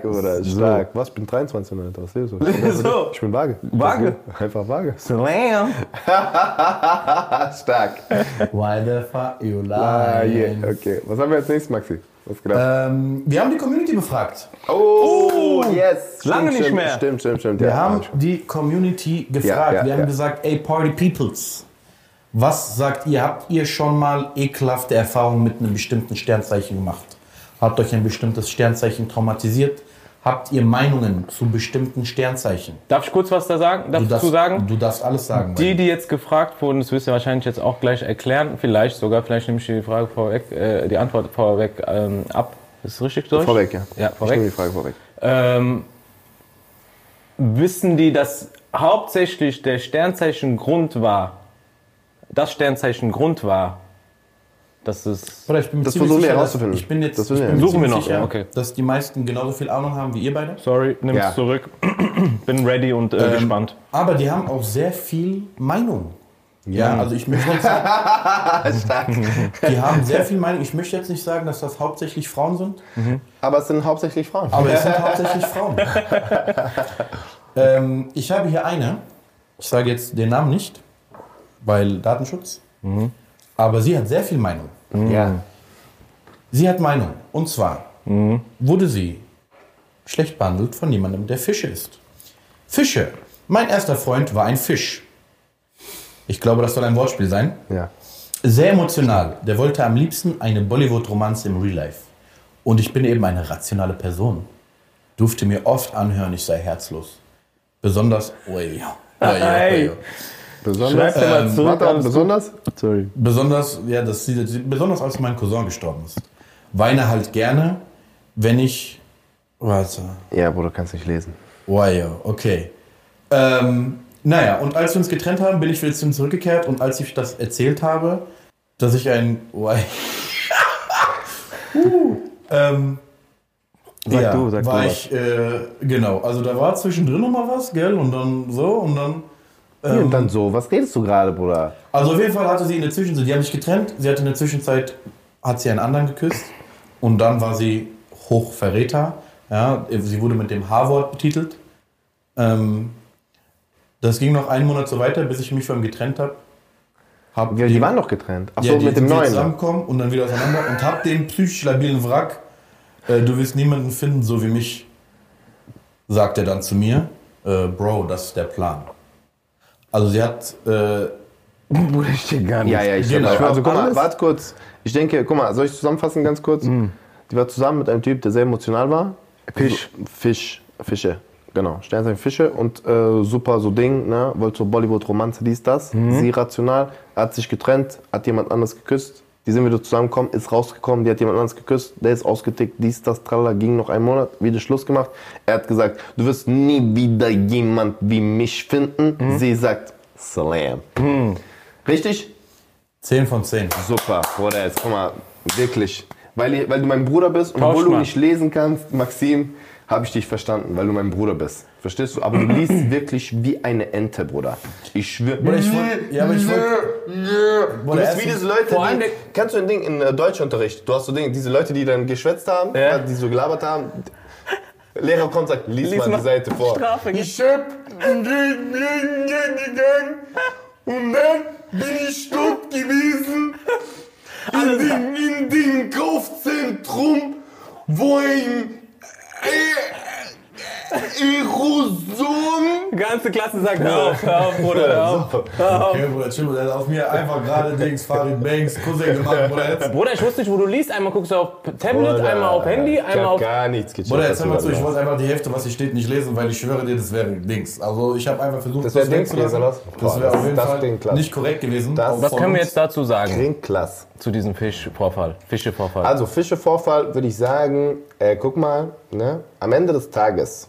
Stark, oder? Stark. Was? Ich bin 23 Alter. Was lebst du?
So.
Ich bin vage.
Waage?
Einfach vage.
Slam.
Stark.
Why the fuck you
Ah, yeah.
lying?
Okay. Was haben wir als nächstes, Maxi? Was gedacht?
ähm, wir haben die Community befragt.
oh, yes. Stimmt,
Lange nicht
stimmt,
mehr.
Stimmt, stimmt, stimmt.
Wir
Ja,
haben
Mensch.
die Community gefragt.
Ja, ja,
wir haben
ja.
gesagt, ey Party Peoples, was sagt ihr? Habt ihr schon mal ekelhafte Erfahrungen mit einem bestimmten Sternzeichen gemacht? Habt euch ein bestimmtes Sternzeichen traumatisiert? Habt ihr Meinungen zu bestimmten Sternzeichen?
Darf ich kurz was da sagen? Darf ich
darfst-
zu sagen?
Du darfst alles sagen.
Die,
Mann.
die jetzt gefragt wurden, das wirst du wahrscheinlich jetzt auch gleich erklären. Vielleicht sogar, vielleicht nehme ich die Frage vorweg, äh, die Antwort vorweg ähm, ab. Ist das richtig, Deutsch?
Vorweg, ja.
Ja,
Ich
vorweg.
nehme die Frage vorweg.
ähm, wissen die, dass hauptsächlich der Sternzeichen Grund war, das Sternzeichen Grund war, dass es
Bruder, ich bin mir
Das versuchen
ziemlich
wir
sicher, dass-
herauszufinden.
Ich bin jetzt,
Das
ich
wissen wir
bin mir
Suchen wir
ziemlich
noch, ja, okay.
dass die meisten genauso viel Ahnung haben wie ihr beide.
Sorry, nimm
Ja.
es zurück. Bin ready und äh, gespannt.
Aber die haben auch sehr viel Meinung. Ja, also ich möchte jetzt sagen, die haben sehr viel Meinung. Ich möchte jetzt nicht sagen, dass das hauptsächlich Frauen sind,
Aber es sind hauptsächlich Frauen.
aber es sind hauptsächlich Frauen. ähm, ich habe hier eine, ich sage jetzt den Namen nicht, weil Datenschutz, aber sie hat sehr viel Meinung.
Ja.
Sie hat Meinung. Und zwar wurde sie schlecht behandelt von jemandem, der Fische ist. Fische. Mein erster Freund war ein Fisch. Ich glaube, das soll ein Wortspiel sein.
Ja.
Sehr emotional. Der wollte am liebsten eine Bollywood-Romanze im Real Life. Und ich bin eben eine rationale Person. Durfte mir oft anhören, ich sei herzlos. Besonders, oi, oi, oi, oi.
Schreib
Besonders.
dir mal zurück, also
warte,
alles
besonders?
Sorry.
Besonders, ja, das, besonders als mein Cousin gestorben ist. Weine halt gerne, wenn ich. Warte.
Ja, Bruder, kannst nicht lesen.
Wow, okay. Ähm, naja, und als wir uns getrennt haben, bin ich wieder zu ihm zurückgekehrt und als ich das erzählt habe, dass ich ein. Wow. uh, ähm,
Sag
ja,
du, sag
war
du was.
ich, äh, genau, also da war zwischendrin nochmal was, gell, und dann so, und dann,
und dann so, was redest du gerade, Bruder?
also auf jeden Fall hatte sie in der Zwischenzeit, die haben sich getrennt, sie hatte in der Zwischenzeit, hat sie einen anderen geküsst und dann war sie Hochverräter. Ja, sie wurde mit dem H-Wort betitelt. Ähm, das ging noch einen Monat so weiter, bis ich mich von ihm getrennt habe. Hab
Ja,
dem-
die waren doch getrennt. Ach so,
ja, die
mit dem
sind jetzt
neuen.
zusammengekommen und dann wieder auseinander und hab den psychisch labilen Wrack. Äh, du wirst niemanden finden, so wie mich, sagt er dann zu mir. Äh, Bro, das ist der Plan. Also sie hat äh,
Bruder, ich stehe gar nicht.
Ja, ja, ich
Genau.
genau. Also, guck mal,
Alles-
warte kurz. Ich denke, guck mal, soll ich zusammenfassen ganz kurz?
Mhm.
Die war zusammen mit einem Typ, der sehr emotional war. Fisch. Fisch. Fische. Genau. Sternzeichen Fische und äh, super so Ding, ne? Wollte so Bollywood-Romanze, dies, das.
Mhm.
Sie rational, hat sich getrennt, hat jemand anders geküsst. Die sind wieder zusammengekommen, ist rausgekommen, die hat jemand anders geküsst, der ist ausgetickt, dies, das, tralala, ging noch einen Monat, wieder Schluss gemacht. Er hat gesagt, du wirst nie wieder jemand wie mich finden.
Mhm.
Sie sagt, Slam. Richtig?
10 von 10.
Super, Bruder, jetzt guck mal, wirklich. Weil, ihr- weil du mein Bruder bist und
Tausch
obwohl du
mal.
nicht lesen kannst, Maxim, habe ich dich verstanden, weil du mein Bruder bist. Verstehst du? Aber du liest wirklich wie eine Ente, Bruder. Ich schwöre.
Bruder, ich wollt- ja, aber ich wollt-
Du bist wie
Bruder, erstens-
diese Leute,
vor allem
die,
der-
kennst du ein Ding in äh, Deutschunterricht? Du hast so Dinge, diese Leute, die dann geschwätzt haben, äh,
Ja.
die so gelabert haben. Lehrer kommt und sagt, lies, mal,
mal.
die Seite vor.
Strafe gibt's.
ich hab in den Leben gegangen und dann bin ich tot gewesen in dem, in dem Kaufzentrum, äh, wo ein äh, Aerosol
ganze Klasse sagt, hör auf, hör auf, Bruder, hör auf.
Okay, Bruder, chill, Bruder. Auf mir einfach gerade Dings, Farid Banks, Cousin gemacht, Bruder. Jetzt,
Bruder, ich wusste nicht, wo du liest. Einmal guckst du auf Tablet,
Bruder,
einmal auf Handy,
Ich
einmal
hab
auf.
gar nichts gecheckt.
Bruder, jetzt
was
hör mal
du
zu, ich
da
wollte einfach die Hälfte, was hier steht, nicht lesen, weil ich schwöre dir, das wäre Dings. Also ich habe einfach versucht,
Das wär Dings
wegzulassen.
gewesen, oder was?
Das
Boah,
wäre
das-
auf jeden
das Ding,
Fall
klar.
nicht korrekt gewesen.
Das-
auch
Was
von
Was können wir
uns.
jetzt dazu sagen
Trinkklasse.
zu diesem Fischvorfall? Fischevorfall.
Also Fischevorfall würde ich sagen, äh, guck mal, ne? am Ende des Tages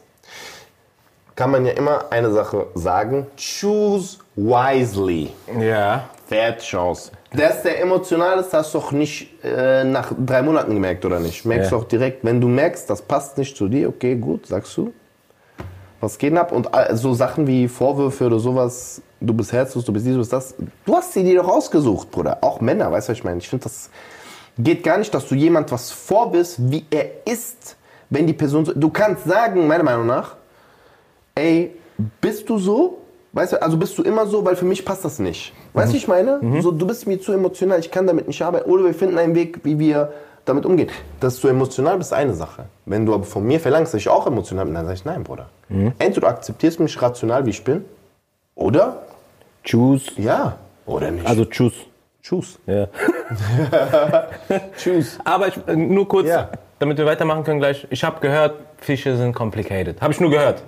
kann man ja immer eine Sache sagen, choose wisely.
ja.
Fettchance. Dass der emotional ist, hast du doch nicht äh, nach drei Monaten gemerkt, oder nicht? Merkst
Ja.
du auch direkt, wenn du merkst, das passt nicht zu dir, okay, gut, sagst du. Was geht denn ab? Und all- so Sachen wie Vorwürfe oder sowas, du bist herzlos, du bist dies, du bist das. Du hast sie dir doch ausgesucht, Bruder. Auch Männer, weißt du, was ich meine? Ich finde, das geht gar nicht, dass du jemand was vorbist, wie er ist, wenn die Person so. Du kannst sagen, meiner Meinung nach, ey, bist du so? Weißt du, also bist du immer so, weil für mich passt das nicht.
Mhm.
Weißt du, wie ich meine? So, du bist mir zu emotional, ich kann damit nicht arbeiten. Oder wir finden einen Weg, wie wir damit umgehen. Dass du emotional bist, ist eine Sache. Wenn du aber von mir verlangst, dass ich auch emotional bin, dann sage ich nein, Bruder.
Mhm.
Entweder du akzeptierst mich rational, wie ich bin, oder
Tschüss.
ja, oder nicht.
Also tschüss.
tschüss.
Ja.
Tschüss.
Aber ich, äh, nur kurz,
Ja.
damit wir weitermachen können gleich. Ich habe gehört, Fische sind complicated. Habe ich nur gehört.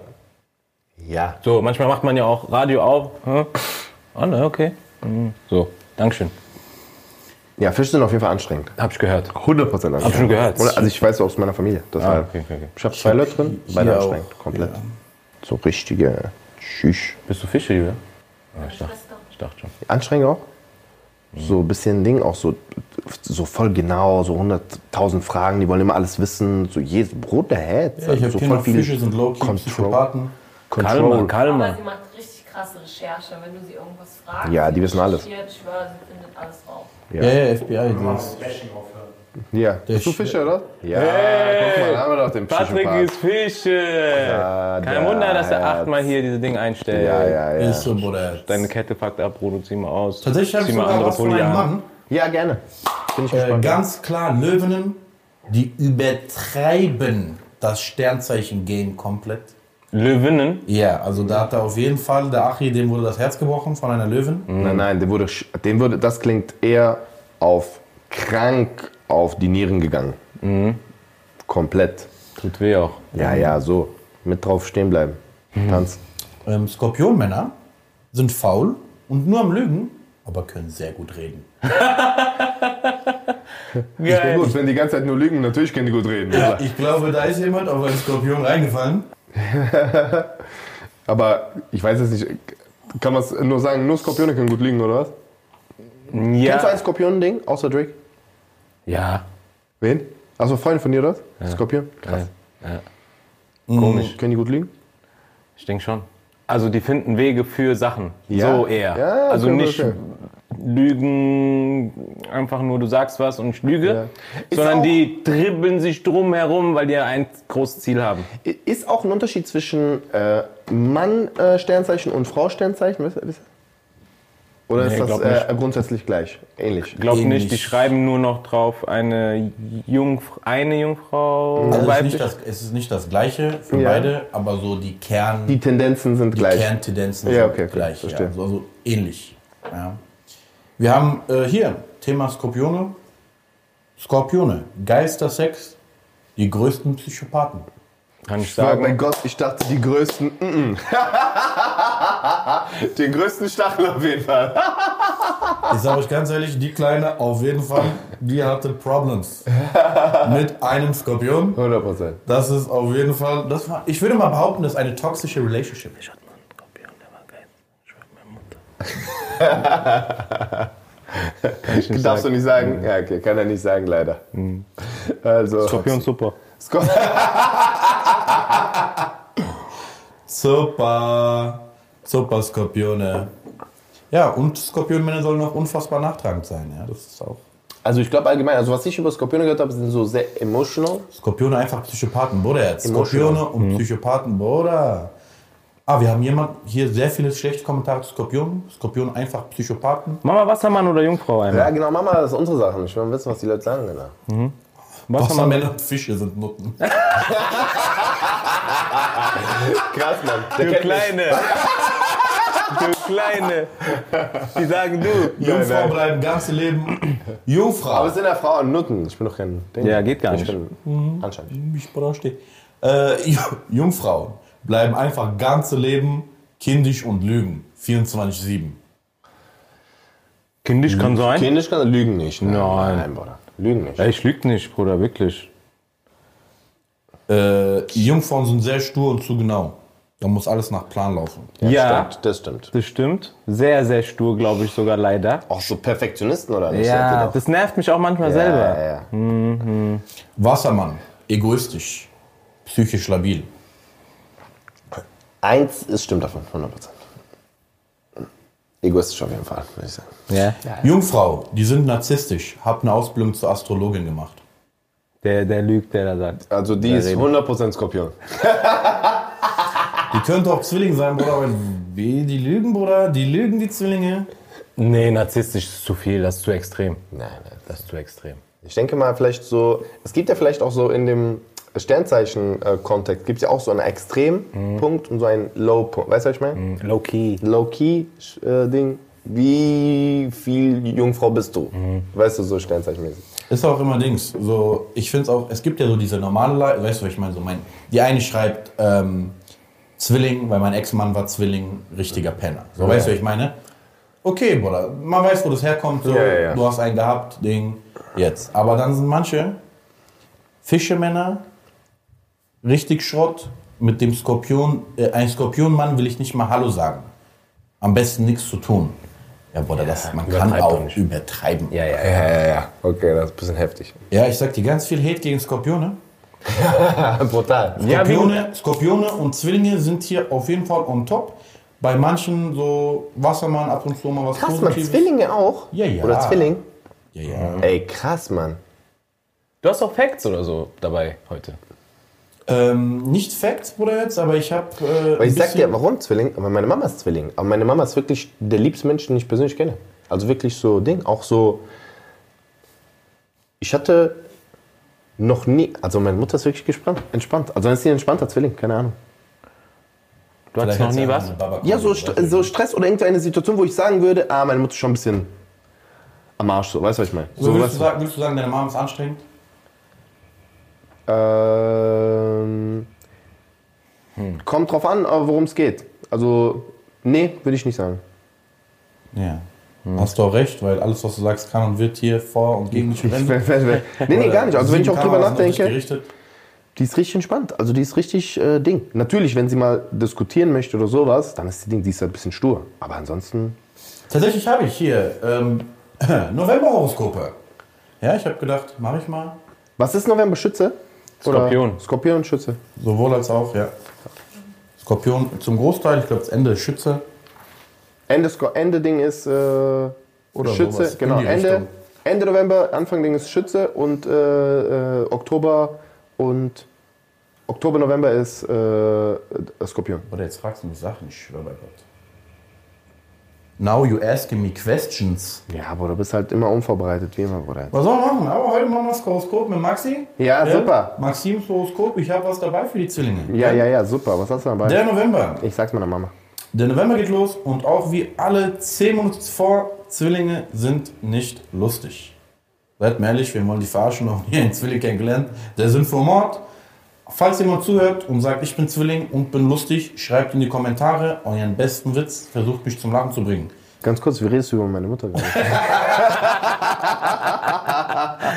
Ja.
So, manchmal macht man ja auch Radio auf. Hm. Ah, ne, okay. Hm. So, Dankeschön.
Ja, Fische sind auf jeden Fall anstrengend.
Habe ich gehört.
100% anstrengend.
Hab schon gehört.
Oder, also ich weiß aus meiner Familie. Das war,
Ah, okay, okay, okay.
Ich habe zwei Leute drin, beide
hier
anstrengend,
auch,
komplett. So richtige Tschüss.
Bist du Fische, Julia? Ah, ich, dachte,
Schwester.
ich dachte schon.
Anstrengend auch?
Mhm.
So ein bisschen Ding auch so, so voll genau, so 100.000 Fragen, die wollen immer alles wissen. So jedes Brot der also Head.
Ja, ich habe hier noch Fische sind low-key, Psychopathen.
Control.
Aber
Kalmer.
sie macht richtig krasse Recherche, wenn du sie irgendwas fragst.
Ja,
sie
die wissen alles.
recherchiert, Ich schwöre, sie findet alles raus.
Ja, ja, FBI, Dings.
Ja. Bist du
Sch-
Fische, oder? Ja, guck mal, da haben wir doch den
Patrick
Psychopathen. Ah,
ist Fische. Kein Wunder, dass er achtmal hier diese Dinge einstellt.
Ja, ja, ja.
Ist so, Bruder.
Deine Kette packt ab, Bruno, zieh mal aus.
Tatsächlich habe
zieh
ich
mal
sogar
andere
was von
Pulli
einem
an.
Mann.
Ja, gerne. Bin ich
Äh,
gespannt.
ganz klar Löwinnen, die übertreiben das Sternzeichen-Game komplett.
Löwinnen.
Ja, also da hat er auf jeden Fall, der Achi, dem wurde das Herz gebrochen von einer Löwin.
Hm.
Nein, nein, der wurde, sch- dem wurde, das klingt eher auf krank auf die Nieren gegangen.
Hm.
Komplett.
Tut weh auch.
Ja, ja, so. Mit drauf stehen bleiben.
Hm.
Tanzen.
Ähm, Skorpionmänner sind faul und nur am Lügen, aber können sehr gut reden.
Ich bin gut, wenn die ganze Zeit nur lügen, natürlich können die gut reden.
Ich glaube, da ist jemand auf einen Skorpion reingefallen.
Aber ich weiß jetzt nicht, kann man es nur sagen, nur Skorpione können gut lügen, oder was? Kennst du ein
Ja.
Skorpion-Ding außer Drake?
Ja.
Wen? Achso, Freunde von dir, oder? was? Skorpion? Krass.
Komisch.
Können die gut lügen?
Ich denke schon. Also die finden Wege für Sachen.
Ja.
So eher.
Ja,
also
okay,
nicht
okay.
lügen, einfach nur du sagst was und ich lüge.
Ist
Sondern
auch-
die dribbeln sich drum herum, weil die ja ein großes Ziel haben.
Ist auch ein Unterschied zwischen äh, Mann-Sternzeichen und Frau-Sternzeichen? wisst ihr- wisst ihr? Oder
Nee,
ist das
glaub nicht.
äh, grundsätzlich gleich? Ähnlich.
Glaub nicht,
Ähnlich.
die schreiben nur noch drauf eine, Jungf eine Jungfrau.
Also es, ist
weiblich.
nicht das, es ist nicht das Gleiche für
Ja.
beide, aber so die, Kern,
Die Tendenzen sind gleich.
Kerntendenzen
Ja,
sind
okay, okay,
gleich. Ja.
verstehe.
Also, also ähnlich. Ja. Wir haben äh, hier Thema Skorpione. Skorpione, Geistersex, die größten Psychopathen.
Kann ich
Oh
sagen.
mein Gott, ich dachte, die größten. Mm -mm. Den größten Stachel auf jeden Fall.
Ich sage euch ganz ehrlich, die Kleine auf jeden Fall, die hatte Problems mit einem Skorpion.
100%.
Das ist auf jeden Fall, das war, ich würde mal behaupten, das ist eine toxische Relationship.
Darfst du nicht sagen? Ja, okay, kann er nicht sagen, leider. Also.
Mhm. Skorpion super.
Skor-
Super, super Skorpione. Ja, und Skorpionmänner sollen noch unfassbar nachtragend sein. Ja, das ist auch.
Also, ich glaube allgemein, also was ich über Skorpione gehört habe, sind so sehr emotional.
Skorpione einfach Psychopathen, Bruder. Jetzt.
Emotional.
Skorpione
Mhm.
und Psychopathen, Bruder. Ah, wir haben jemand hier sehr viele schlechte Kommentare zu Skorpionen. Skorpion einfach Psychopathen.
Mama Wassermann oder Jungfrau einmal?
Ja, genau, Mama, das ist unsere Sache. Ich will wissen, was die Leute sagen, genau.
Was haben wir
Wassermänner und Fische sind Nutten.
Krass, Mann. Der
Du
kennt mich.
Kleine! Du Kleine! Die sagen du!
Jungfrau
nein.
bleiben, ganze Leben.
Aber
Jungfrau.
es sind ja Frauen und Nutten. Ich bin doch kein Ding.
Ja, geht gar
ich
nicht.
Bin anscheinend.
Ich brauche äh, Ju- Jungfrauen bleiben einfach ganze Leben kindisch und lügen. 24-7.
Kindisch kann sein.
Kindisch kann lügen nicht. ne?
Nein.
Nein, Bruder. Lügen nicht.
Ja, ich lüge nicht, Bruder, wirklich.
Äh, Jungfrauen sind sehr stur und zu genau. Da muss alles nach Plan laufen.
Ja,
Stimmt, das stimmt.
das stimmt. Sehr, sehr stur, glaube ich sogar leider.
Auch so Perfektionisten oder nicht?
Ja, das nervt mich auch manchmal selber.
Ja, ja.
Wassermann, egoistisch, psychisch labil.
Eins ist stimmt davon, 100%. Egoistisch auf jeden Fall, würde ich sagen.
Ja.
Jungfrau, die sind narzisstisch, hab eine Ausbildung zur Astrologin gemacht.
Der, der lügt, der da sagt.
Also die ist 100% Skorpion.
Die könnte auch Zwilling sein, Bruder, aber wie, die lügen, Bruder, die lügen, die Zwillinge.
Nee, narzisstisch ist zu viel, das ist zu extrem.
Nein, nein.
Das ist zu extrem.
Ich denke mal, vielleicht so, es gibt ja vielleicht auch so in dem Sternzeichen-Kontext, gibt es ja auch so einen Extrempunkt und so einen Low-Punkt. Weißt du, was ich meine?
Low key.
Low-Key-Ding. äh, Wie viel Jungfrau bist du?
Mhm.
Weißt du, so Sternzeichenmäßig.
Ist auch immer Dings. So, ich finde es auch, es gibt ja so diese normale Leute, weißt du, was ich meine? So mein, die eine schreibt ähm, Zwilling, weil mein Ex-Mann war Zwilling, richtiger Penner. So, weißt du, was ich meine? Okay, Bruder, man weiß, wo das herkommt. So,
Ja, ja, ja.
Du hast einen gehabt, Ding, jetzt. Aber dann sind manche Fischemänner, richtig Schrott, mit dem Skorpion, äh, ein Skorpionmann will ich nicht mal Hallo sagen. Am besten nichts zu tun. Ja, Bruder, das, man kann
übertreib doch
auch
nicht.
übertreiben.
Ja, ja, ja.
Ja, ja, ja. Okay, das ist ein bisschen heftig.
Ja, ich sag dir ganz viel Hate gegen Skorpione.
Brutal.
Ja, wie-
Skorpione, Skorpione und Zwillinge sind hier auf jeden Fall on top. Bei manchen so Wassermann ab und zu mal was
Krass, man. Zwillinge auch?
Ja, ja.
Oder Zwilling?
Ja, ja.
Ey, krass, Mann.
Du hast auch Facts oder so dabei heute.
Ähm, nicht Facts, Bruder, jetzt, aber ich hab. Äh,
Weil ich
ein
sag dir,
bisschen-
warum Zwilling? Aber meine Mama ist Zwilling. Aber meine Mama ist wirklich der liebste Mensch, den ich persönlich kenne. Also wirklich so Ding. Auch so. Ich hatte noch nie. Also meine Mutter ist wirklich gespannt, entspannt. Also dann ist sie ein entspannter Zwilling, keine Ahnung.
Du hattest
Vielleicht
noch nie
hat's
was?
einfach eine Baba-
Ja, so, St- so Stress oder irgendeine Situation, wo ich sagen würde, ah, meine Mutter ist schon ein bisschen am Arsch, so, weißt du, was ich meine?
So,
weißt
würdest, du sagen, würdest du sagen, deine Mama ist anstrengend?
Ähm, Kommt drauf an, äh, worum es geht. Also, nee, würde ich nicht sagen.
Ja. Hm. Hast du auch recht, weil alles, was du sagst, kann und wird hier vor und gegen dich verwendet.
nee, nee, gar nicht. Also, wenn ich auch drüber nachdenke, die ist richtig entspannt. Also, die ist richtig äh, Ding. Natürlich, wenn sie mal diskutieren möchte oder sowas, dann ist die Ding, die ist halt ein bisschen stur. Aber ansonsten,
Tatsächlich habe ich hier ähm, Novemberhoroskope. Ja, ich habe gedacht, mache ich mal.
was ist November Schütze?
Skorpion.
Skorpion und Schütze.
Sowohl als auch, ja. Skorpion zum Großteil, ich glaube, das Ende ist Schütze.
Ende, Sko- Ende Ding ist äh, Schütze,
sowas, in
genau.
die
Ende,
Richtung.
Ende November, Anfang Ding ist Schütze und äh, äh, Oktober und Oktober, November ist äh, äh, Skorpion.
Oder jetzt fragst du mich Sachen, ich schwöre bei Gott. Now you asking me questions.
Ja, aber du bist halt immer unvorbereitet, wie immer, Bruder.
Was soll man machen? Aber heute machen wir das Horoskop mit Maxi.
Ja, super.
Maxims Horoskop, ich habe was dabei für die Zwillinge.
Ja, ja, ja, super. Was hast du dabei?
Der November.
Ich sag's meiner Mama.
Der November geht los und auch wie alle 10 Minuten vor, Zwillinge sind nicht lustig. Seid mir ehrlich, wir wollen die verarschen, noch nie einen Zwilling kennengelernt. Der Sinn für Mord. Falls jemand zuhört und sagt, ich bin Zwilling und bin lustig, schreibt in die Kommentare euren besten Witz, versucht mich zum Lachen zu bringen.
Ganz kurz, wie redest du über meine Mutter gerade?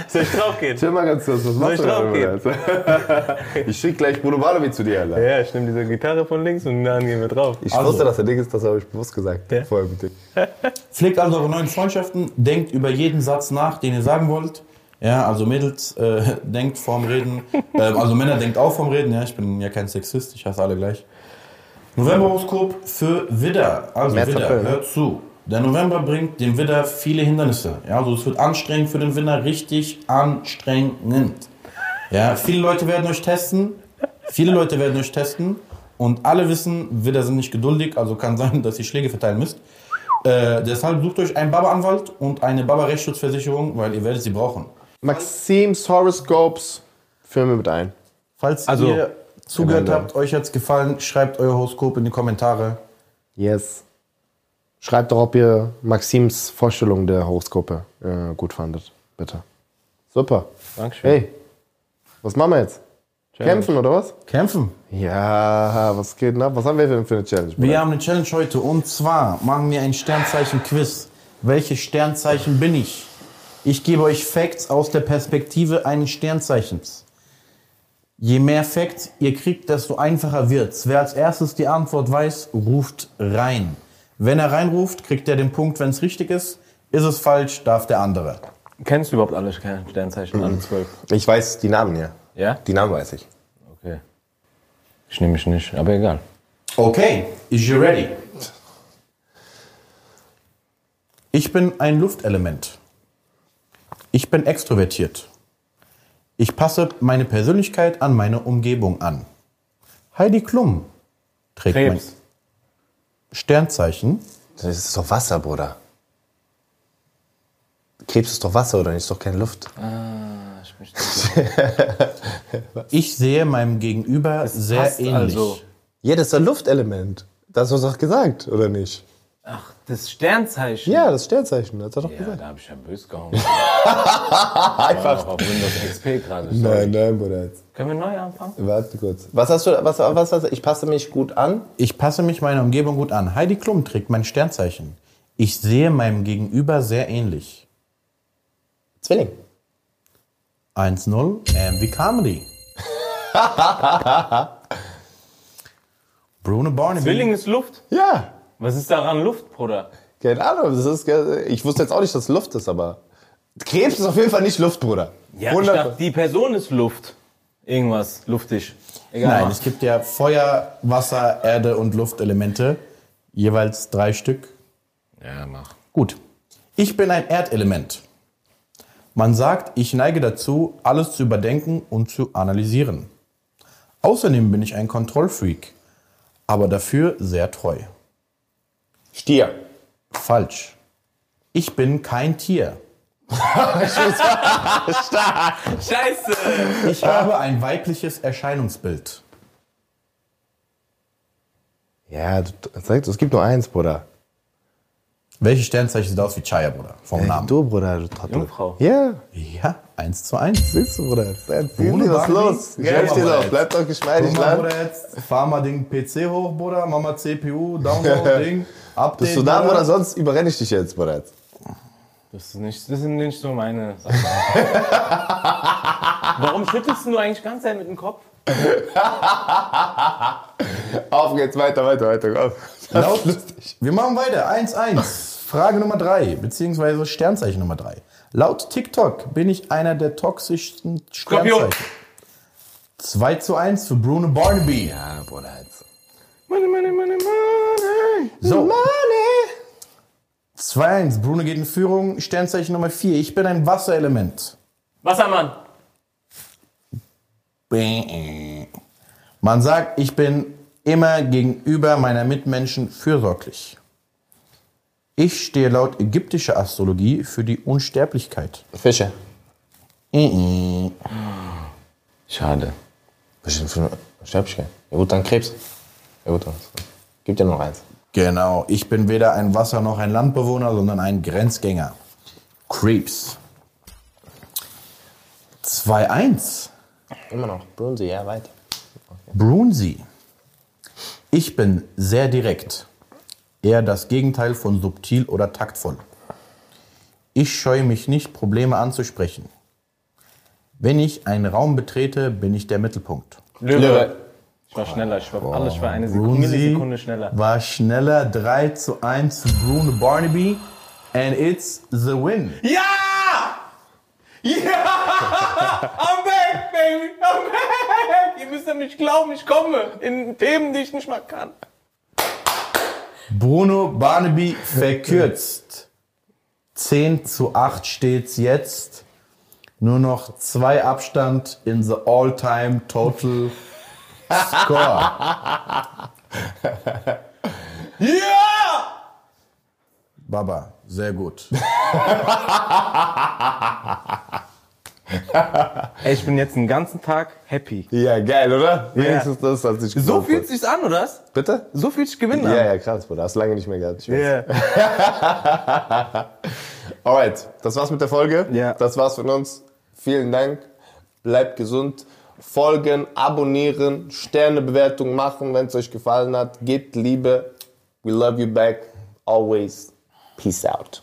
Soll ich drauf gehen?
Chill mal ganz kurz, was machst du
ich
gerade, Bruder? ich schick gleich Bruno Balovic zu dir, Alter.
Ja, ich nehme diese Gitarre von links und dann gehen wir drauf.
Ich
Also.
wusste, dass er Ding ist, das habe ich bewusst gesagt. Vorher mit Ding.
Pflegt also eure neuen Freundschaften, denkt über jeden Satz nach, den ihr sagen wollt. Ja, also Mädels, äh, denkt vorm Reden. Ähm, also Männer, denkt auch vorm Reden. Ja, ich bin ja kein Sexist, ich hasse alle gleich. Novemberhoroskop für Widder. Also
März,
Widder,
April, ne?
hört zu. Der November bringt dem Widder viele Hindernisse. Ja, also es wird anstrengend für den Widder, richtig anstrengend. Ja, viele Leute werden euch testen. Viele Leute werden euch testen. Und alle wissen, Widder sind nicht geduldig, also kann sein, dass ihr Schläge verteilen müsst. Äh, deshalb sucht euch einen Baba-Anwalt und eine Baba-Rechtsschutzversicherung, weil ihr werdet sie brauchen.
Maxims Horoscopes führen wir mit ein.
Falls
Also,
ihr zugehört
genau.
habt, euch hat's gefallen, schreibt euer Horoskop in die Kommentare.
Yes. Schreibt doch, ob ihr Maxims Vorstellung der Horoskope äh, gut fandet. Bitte. Super.
Dankeschön.
Hey, was machen wir jetzt? Kämpfen oder was?
Kämpfen.
Ja, was geht denn ab? Was haben wir denn für eine Challenge?
Wir haben eine Challenge heute und zwar machen wir ein Sternzeichen-Quiz. Welches Sternzeichen bin ich? Ich gebe euch Facts aus der Perspektive eines Sternzeichens. Je mehr Facts ihr kriegt, desto einfacher wird's. Wer als erstes die Antwort weiß, ruft rein. Wenn er reinruft, kriegt er den Punkt, wenn es richtig ist. Ist es falsch, darf der andere.
Kennst du überhaupt alle Sternzeichen, alle zwölf?
Ich weiß die Namen ja.
Ja?
Die Namen weiß ich.
Okay. Ich nehme mich nicht, aber egal.
Okay, is you ready? Ich bin ein Luftelement. Ich bin extrovertiert. Ich passe meine Persönlichkeit an meine Umgebung an. Heidi Klum trägt
Krebs.
mein Sternzeichen.
Das ist doch Wasser, Bruder. Krebs ist doch Wasser, oder nicht? Ist doch keine Luft.
Ich sehe meinem Gegenüber sehr
passt
ähnlich.
also.
Ja, das ist ein Luftelement. Das hast du doch gesagt, oder nicht?
Ach, das Sternzeichen?
Ja, das Sternzeichen, das hat er doch
Ja,
gesagt.
da habe ich ja böse gehauen. Einfach. Auf Windows XP gerade. So.
Nein, nein, Bruder. jetzt
Können wir neu anfangen?
Warte kurz. Was hast du, was, was, was, ich passe mich gut an?
Ich passe mich meiner Umgebung gut an. Heidi Klum trägt mein Sternzeichen. Ich sehe meinem Gegenüber sehr ähnlich.
Zwilling.
1-0, MV Comedy. Bruno Barnaby.
Zwilling ist Luft.
Ja.
Was ist daran Luft, Bruder?
Keine Ahnung, das ist,
äh,
ich wusste jetzt auch nicht, dass Luft ist, aber Krebs ist auf jeden Fall nicht Luft, Bruder.
Ja, ich dachte, die Person ist Luft. Irgendwas, luftig. Egal.
Nein, es gibt ja Feuer, Wasser, Erde und Luftelemente. Jeweils drei Stück.
Ja, mach.
Gut. Ich bin ein Erdelement. Man sagt, ich neige dazu, alles zu überdenken und zu analysieren. Außerdem bin ich ein Kontrollfreak, aber dafür sehr treu.
Stier.
Falsch. Ich bin kein Tier.
Scheiße!
Ich habe ein weibliches Erscheinungsbild.
Ja, du, sag, es gibt nur eins, Bruder.
Welches Sternzeichen sieht aus wie Chaya, Bruder? Vom Namen.
Du, Bruder, du Trottel.
Jungfrau.
Ja,
Ja, eins zu eins.
siehst du, Bruder. Erzähl
Bruno
dir was
Barnaby?
los. Ich
Ja,
helf dir
Bruder,
doch.
jetzt.
Bleib doch geschmeidig,
Guck mal,
Land.
Bruder, jetzt fahr mal den PC hoch, Bruder. Mach mal CPU, Download, Ding, Update.
Bist du da, Bruder? Sonst überrenne ich dich jetzt, Bruder. Jetzt.
Das, ist nicht, das sind nicht so meine Sachen. Warum schüttelst du eigentlich ganz mit dem Kopf?
Auf geht's, weiter, weiter, weiter. Komm. Das ist
Laut,
lustig.
wir machen weiter. 1-1. Frage Nummer 3, beziehungsweise Sternzeichen Nummer 3. Laut TikTok bin ich einer der toxischsten
Skorpion.
Sternzeichen. 2 zu 1 für Bruno Barnaby.
Ja, Bruder, jetzt.
Money, money, money, money.
So. 2-1. Bruno geht in Führung. Sternzeichen Nummer 4. Ich bin ein Wasserelement.
Wassermann.
Man sagt, ich bin immer gegenüber meiner Mitmenschen fürsorglich. Ich stehe laut ägyptischer Astrologie für die Unsterblichkeit.
Fische.
Ich
Schade.
Was ist denn für eine Sterblichkeit? Ja gut, dann Krebs. Ja gut, dann. Gibt ja noch eins.
Genau, ich bin weder ein Wasser- noch ein Landbewohner, sondern ein Grenzgänger. Creeps. 2-1.
Immer noch. Brunsi, ja, weiter.
Brunsi. Ich bin sehr direkt. Eher das Gegenteil von subtil oder taktvoll. Ich scheue mich nicht, Probleme anzusprechen. Wenn ich einen Raum betrete, bin ich der Mittelpunkt.
Löwe. Ich war schneller. Ich war alles. Ich war eine Sekunde,
Brunsi
Millisekunde schneller.
war schneller 3 zu 1 zu Bruno Barnaby. And it's the win.
Ja! Ja! I'm back, baby! I'm back! Ihr müsst an mich glauben, ich komme in Themen, die ich nicht mal kann.
Bruno Barnaby verkürzt. 10 zu 8 steht's jetzt. Nur noch zwei Abstand in the all-time total score.
Ja!
Baba, sehr gut.
Ey, ich bin jetzt den ganzen Tag happy.
Ja, geil, oder? Wenigstens das hat sich
So
gelohnt.
fühlt sich's an, oder? was?
Bitte?
So fühlt sich Gewinn
Ja,
an.
ja, krass, Bruder. Hast lange nicht mehr gehabt. Ich weiß.
Ja.
Alright, das war's mit der Folge.
Ja.
Das war's von uns. Vielen Dank. Bleibt gesund. Folgen, abonnieren, Sternebewertung machen, wenn es euch gefallen hat. Gebt Liebe. We love you back. Always. Peace out.